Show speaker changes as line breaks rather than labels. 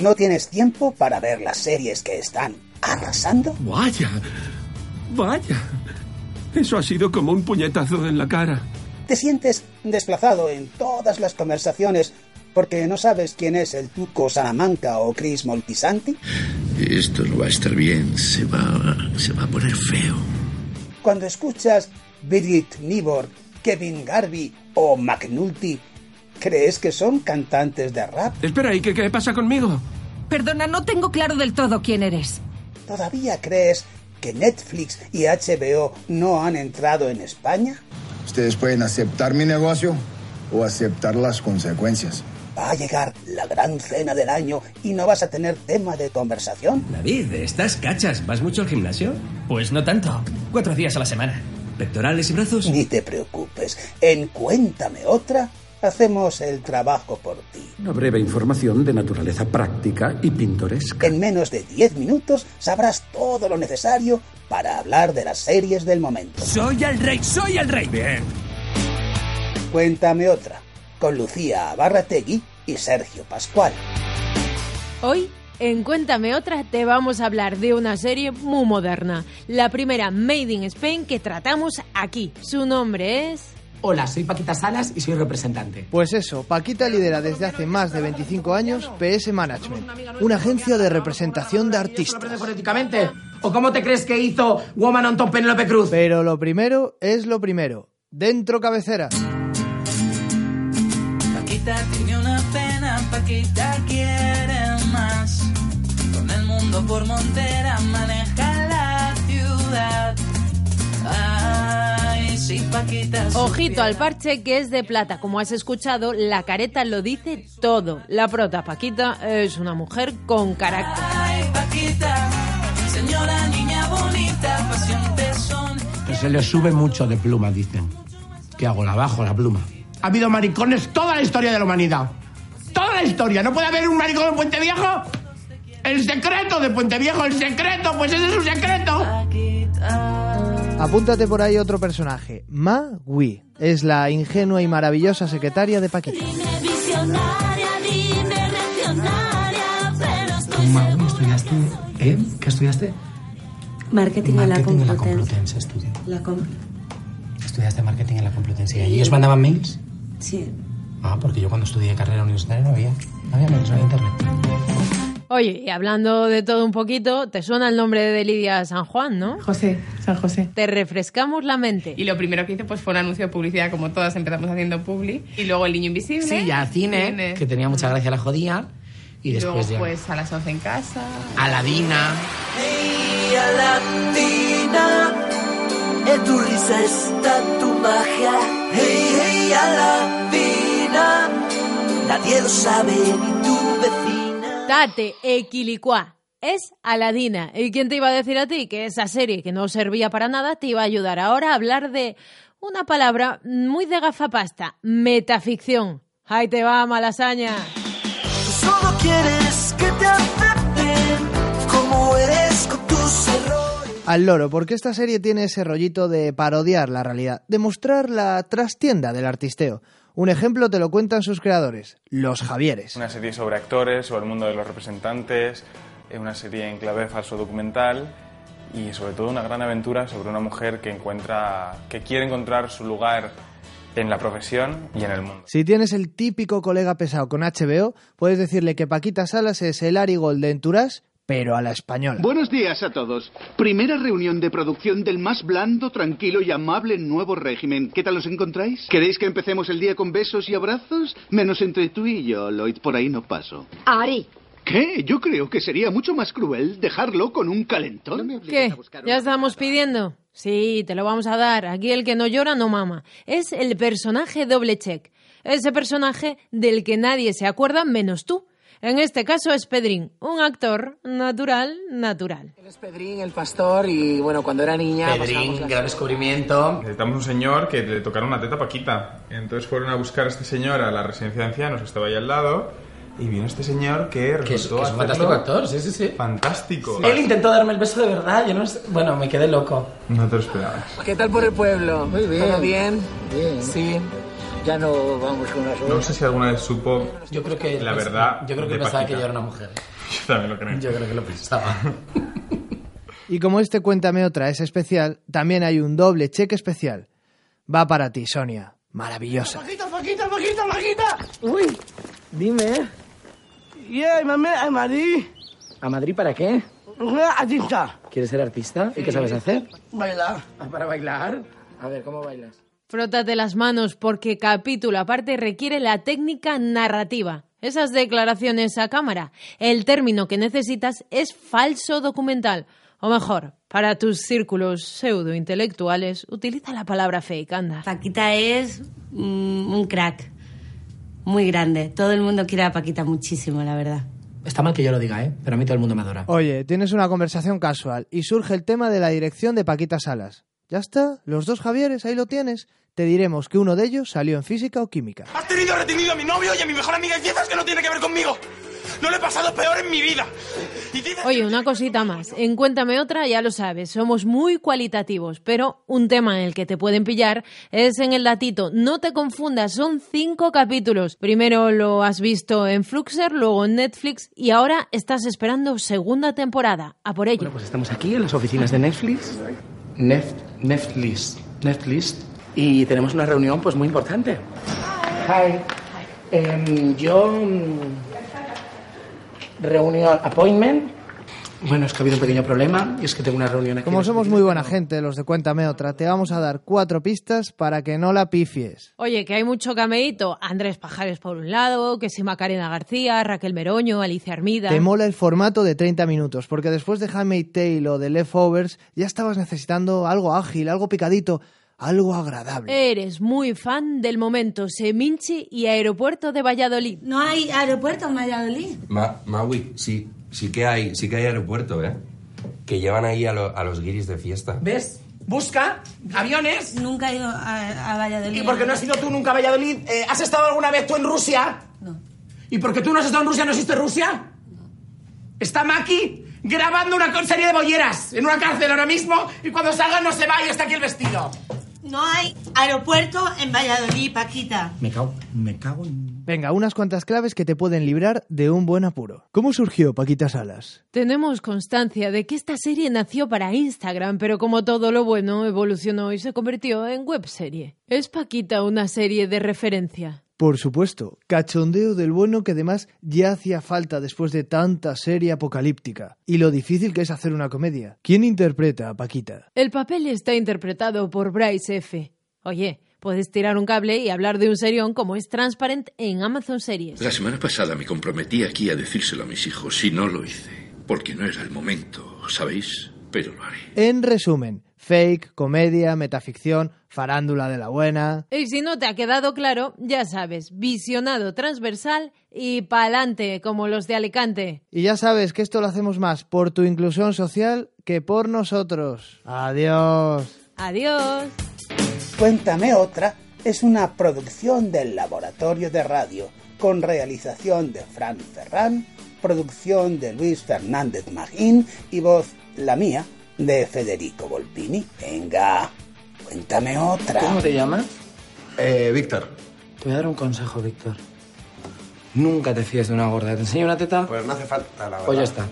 No tienes tiempo para ver las series que están arrasando.
Vaya, vaya. Eso ha sido como un puñetazo en la cara.
Te sientes desplazado en todas las conversaciones porque no sabes quién es el Tuco Salamanca o Chris Moltisanti.
Esto no va a estar bien, se va, se va a poner feo.
Cuando escuchas Birgit Nibor, Kevin Garvey o McNulty, ¿crees que son cantantes de rap?
Espera, ¿y qué, qué pasa conmigo?
Perdona, no tengo claro del todo quién eres.
¿Todavía crees que Netflix y HBO no han entrado en España?
Ustedes pueden aceptar mi negocio o aceptar las consecuencias.
Va a llegar la gran cena del año y no vas a tener tema de conversación.
David, estás cachas. ¿Vas mucho al gimnasio?
Pues no tanto. Cuatro días a la semana.
¿Pectorales y brazos?
Ni te preocupes. En Cuéntame otra, hacemos el trabajo por ti.
Una breve información de naturaleza práctica y pintoresca.
En menos de 10 minutos sabrás todo lo necesario para hablar de las series del momento.
¡Soy el rey! ¡Soy el rey! Bien.
Cuéntame otra, con Lucía Abarrategui y Sergio Pascual.
Hoy, en Cuéntame otra, te vamos a hablar de una serie muy moderna. La primera Made in Spain que tratamos aquí. Su nombre es...
Hola, soy Paquita Salas y soy representante.
Pues eso, Paquita lidera desde hace más de 25 años PS Management, una agencia de representación de artistas.
políticamente? ¿O cómo te crees que hizo Woman on Top Penelope Cruz?
Pero lo primero es lo primero. Dentro cabecera.
Paquita tiene una pena, Paquita quiere más. Con el mundo por montera maneja la ciudad. Ay, si Paquita.
Ojito al parche que es de plata. Como has escuchado, la careta lo dice todo. La prota Paquita es una mujer con carácter.
Ay, Paquita, señora niña bonita, pasión de son.
Que se le sube mucho de pluma, dicen. ¿Qué hago? ¿La bajo la pluma? Ha habido maricones toda la historia de la humanidad. Toda la historia. ¿No puede haber un maricón en Puente Viejo? El secreto de Puente Viejo, el secreto, pues ese es un secreto.
Paquita.
Apúntate por ahí otro personaje. Ma Wee es la ingenua y maravillosa secretaria de Paquita.
Dime visionaria, dime reaccionaria, pero estoy
Maú, ¿estudiaste? ¿Eh? ¿Qué estudiaste?
Marketing, en la
marketing en
Complutense.
la Complutense estudié.
La com-
Estudiaste marketing en la Complutense. ¿Y allí os mandaban mails?
sí.
Ah, porque yo cuando estudié carrera universitaria no había, no había mails, no había internet.
Oye, y hablando de todo un poquito, te suena el nombre de Lidia San Juan, ¿no?
José, San José.
Te refrescamos la mente.
Y lo primero que hice pues, fue un anuncio de publicidad, como todas empezamos haciendo publi. Y luego El Niño Invisible.
Sí, ya cine,
Cine.
que tenía mucha gracia la jodía. Y
Y
después
luego,
ya...
pues, a las 11 en casa.
Aladina.
Día latina, en tu risa está tu magia. Hey, hey, a latina, nadie lo sabe ni tu vecina.
Tate Equilicua es Aladina. ¿Y quién te iba a decir a ti que esa serie que no servía para nada te iba a ayudar ahora a hablar de una palabra muy de gafapasta, metaficción? Ahí te va, malasaña.
Tú solo quieres que te acepten como eres con tus errores.
Al loro, porque esta serie tiene ese rollito de parodiar la realidad, de mostrar la trastienda del artisteo. Un ejemplo te lo cuentan sus creadores, los Javieres.
Una serie sobre actores, sobre el mundo de los representantes, eh, una serie en clave falso documental y sobre todo una gran aventura sobre una mujer que encuentra, que quiere encontrar su lugar en la profesión y en el mundo.
Si tienes el típico colega pesado con HBO, puedes decirle que Paquita Salas es el Ari Gold de Entourage, pero a la española.
Buenos días a todos. Primera reunión de producción del más blando, tranquilo y amable nuevo régimen. ¿Qué tal os encontráis? ¿Queréis que empecemos el día con besos y abrazos? Menos entre tú y yo, Lloyd, por ahí no paso.
Ari,
¿Qué? Yo creo que sería mucho más cruel dejarlo con un calentón.
¿Qué? ¿Ya estamos pidiendo? Sí, te lo vamos a dar. Aquí el que no llora no mama. Es el personaje doble check. Ese personaje del que nadie se acuerda menos tú. En este caso es Pedrín, un actor natural, natural.
Él es Pedrín, el pastor, y bueno, cuando era niña. pasábamos
Pedrín,
las-
gran descubrimiento.
Necesitamos un señor que le tocara una teta a Paquita. Entonces fueron a buscar a este señor a la residencia de ancianos que estaba ahí al lado y vino este señor que resultó
Que es, que es un
hacerlo
fantástico actor, sí, sí, sí.
Fantástico.
Él intentó darme el beso de verdad, yo no sé- Bueno, me quedé loco.
No te lo esperabas.
¿Qué tal por el pueblo?
Muy bien.
¿Todo bien?
Bien.
Sí.
Ya no vamos con las
No sé si alguna vez supo
Yo creo que.
la verdad.
Yo creo que
de
pensaba
Paquita.
que yo era una mujer.
Yo también lo creo.
Yo creo que lo pensaba.
Y como este Cuéntame otra es especial, también hay un doble cheque especial. Va para ti, Sonia. Maravillosa.
Paquita, Paquita, Paquita, Paquita.
Uy, dime.
Yeah, mami, a Madrid.
¿A Madrid para qué?
Artista.
¿Quieres ser artista? ¿Y qué sabes hacer?
Bailar.
¿Para bailar? A ver, ¿cómo bailas?
Frótate las manos porque capítulo aparte requiere la técnica narrativa. Esas declaraciones a cámara. El término que necesitas es falso documental. O mejor, para tus círculos pseudointelectuales, utiliza la palabra fake, anda.
Paquita es mm, un crack. Muy grande. Todo el mundo quiere a Paquita muchísimo, la verdad.
Está mal que yo lo diga, ¿eh? Pero a mí todo el mundo me adora.
Oye, tienes una conversación casual y surge el tema de la dirección de Paquita Salas. Ya está, los dos Javieres, ahí lo tienes. Te diremos que uno de ellos salió en física o química.
Has tenido retenido a mi novio y a mi mejor amiga y dices que no tiene que ver conmigo. No le he pasado peor en mi vida.
Oye, una cosita más. En Cuéntame otra, ya lo sabes, somos muy cualitativos, pero un tema en el que te pueden pillar es en el datito. No te confundas, son cinco capítulos. Primero lo has visto en Fluxer, luego en Netflix y ahora estás esperando segunda temporada. A por ello.
Pues estamos aquí en las oficinas de Netflix. Nef- Netflix. Netflix. Y tenemos una reunión pues muy importante. Hi. Em, yo... mm, Reunión... Appointment. Bueno, es que ha habido un pequeño problema y es que tengo una reunión aquí.
Como somos muy buena gente, los de Cuéntame otra, te vamos a dar cuatro pistas para que no la pifies.
Oye, que hay mucho cameíto. Andrés Pajares por un lado, que si Macarena García, Raquel Meroño, Alicia Armida.
Te mola el formato de 30 minutos, porque después de Handmaid's Tale o de Leftovers ya estabas necesitando algo ágil, algo picadito, algo agradable.
Eres muy fan del momento Seminci y Aeropuerto de Valladolid.
No hay aeropuerto en Valladolid.
Ma- Maui, sí, sí que hay, sí que hay aeropuerto, ¿eh? Que llevan ahí a, lo- a los guiris de fiesta.
¿Ves? Busca aviones.
Nunca he ido a, a Valladolid.
Y porque no has ido tú nunca a Valladolid, eh, ¿has estado alguna vez tú en Rusia? No. ¿Y porque tú no has estado en Rusia, no existe Rusia? Está Maki grabando una con- serie de bolleras en una cárcel ahora mismo y cuando salga no se va y está aquí el vestido.
No hay aeropuerto en Valladolid, Paquita.
Me cago, me cago en... Venga, unas cuantas claves que te pueden librar de un buen apuro. ¿Cómo surgió Paquita Salas?
Tenemos constancia de que esta serie nació para Instagram, pero como todo lo bueno, evolucionó y se convirtió en webserie. ¿Es Paquita una serie de referencia?
Por supuesto, cachondeo del bueno que además ya hacía falta después de tanta serie apocalíptica. Y lo difícil que es hacer una comedia. ¿Quién interpreta a Paquita?
El papel está interpretado por Bryce F. Oye, puedes tirar un cable y hablar de un serión como es Transparent en Amazon Series.
La semana pasada me comprometí aquí a decírselo a mis hijos y no lo hice, porque no era el momento, ¿sabéis? Pero lo haré.
En resumen, fake, comedia, metaficción, farándula de la buena...
Y si no te ha quedado claro, ya sabes, visionado transversal y pa'lante, como los de Alicante.
Y ya sabes que esto lo hacemos más por tu inclusión social que por nosotros. Adiós.
Adiós.
Cuéntame otra es una producción del Laboratorio de Radio con realización de Fran Ferran, producción de Luis Fernández Magín y voz la mía de Federico Volpini. Venga, cuéntame otra.
¿Cómo te llamas?
Eh, Víctor.
Te voy a dar un consejo, Víctor. Nunca te fíes de una gorda. ¿Te enseño una teta?
Pues no hace falta, la
Pues ya está.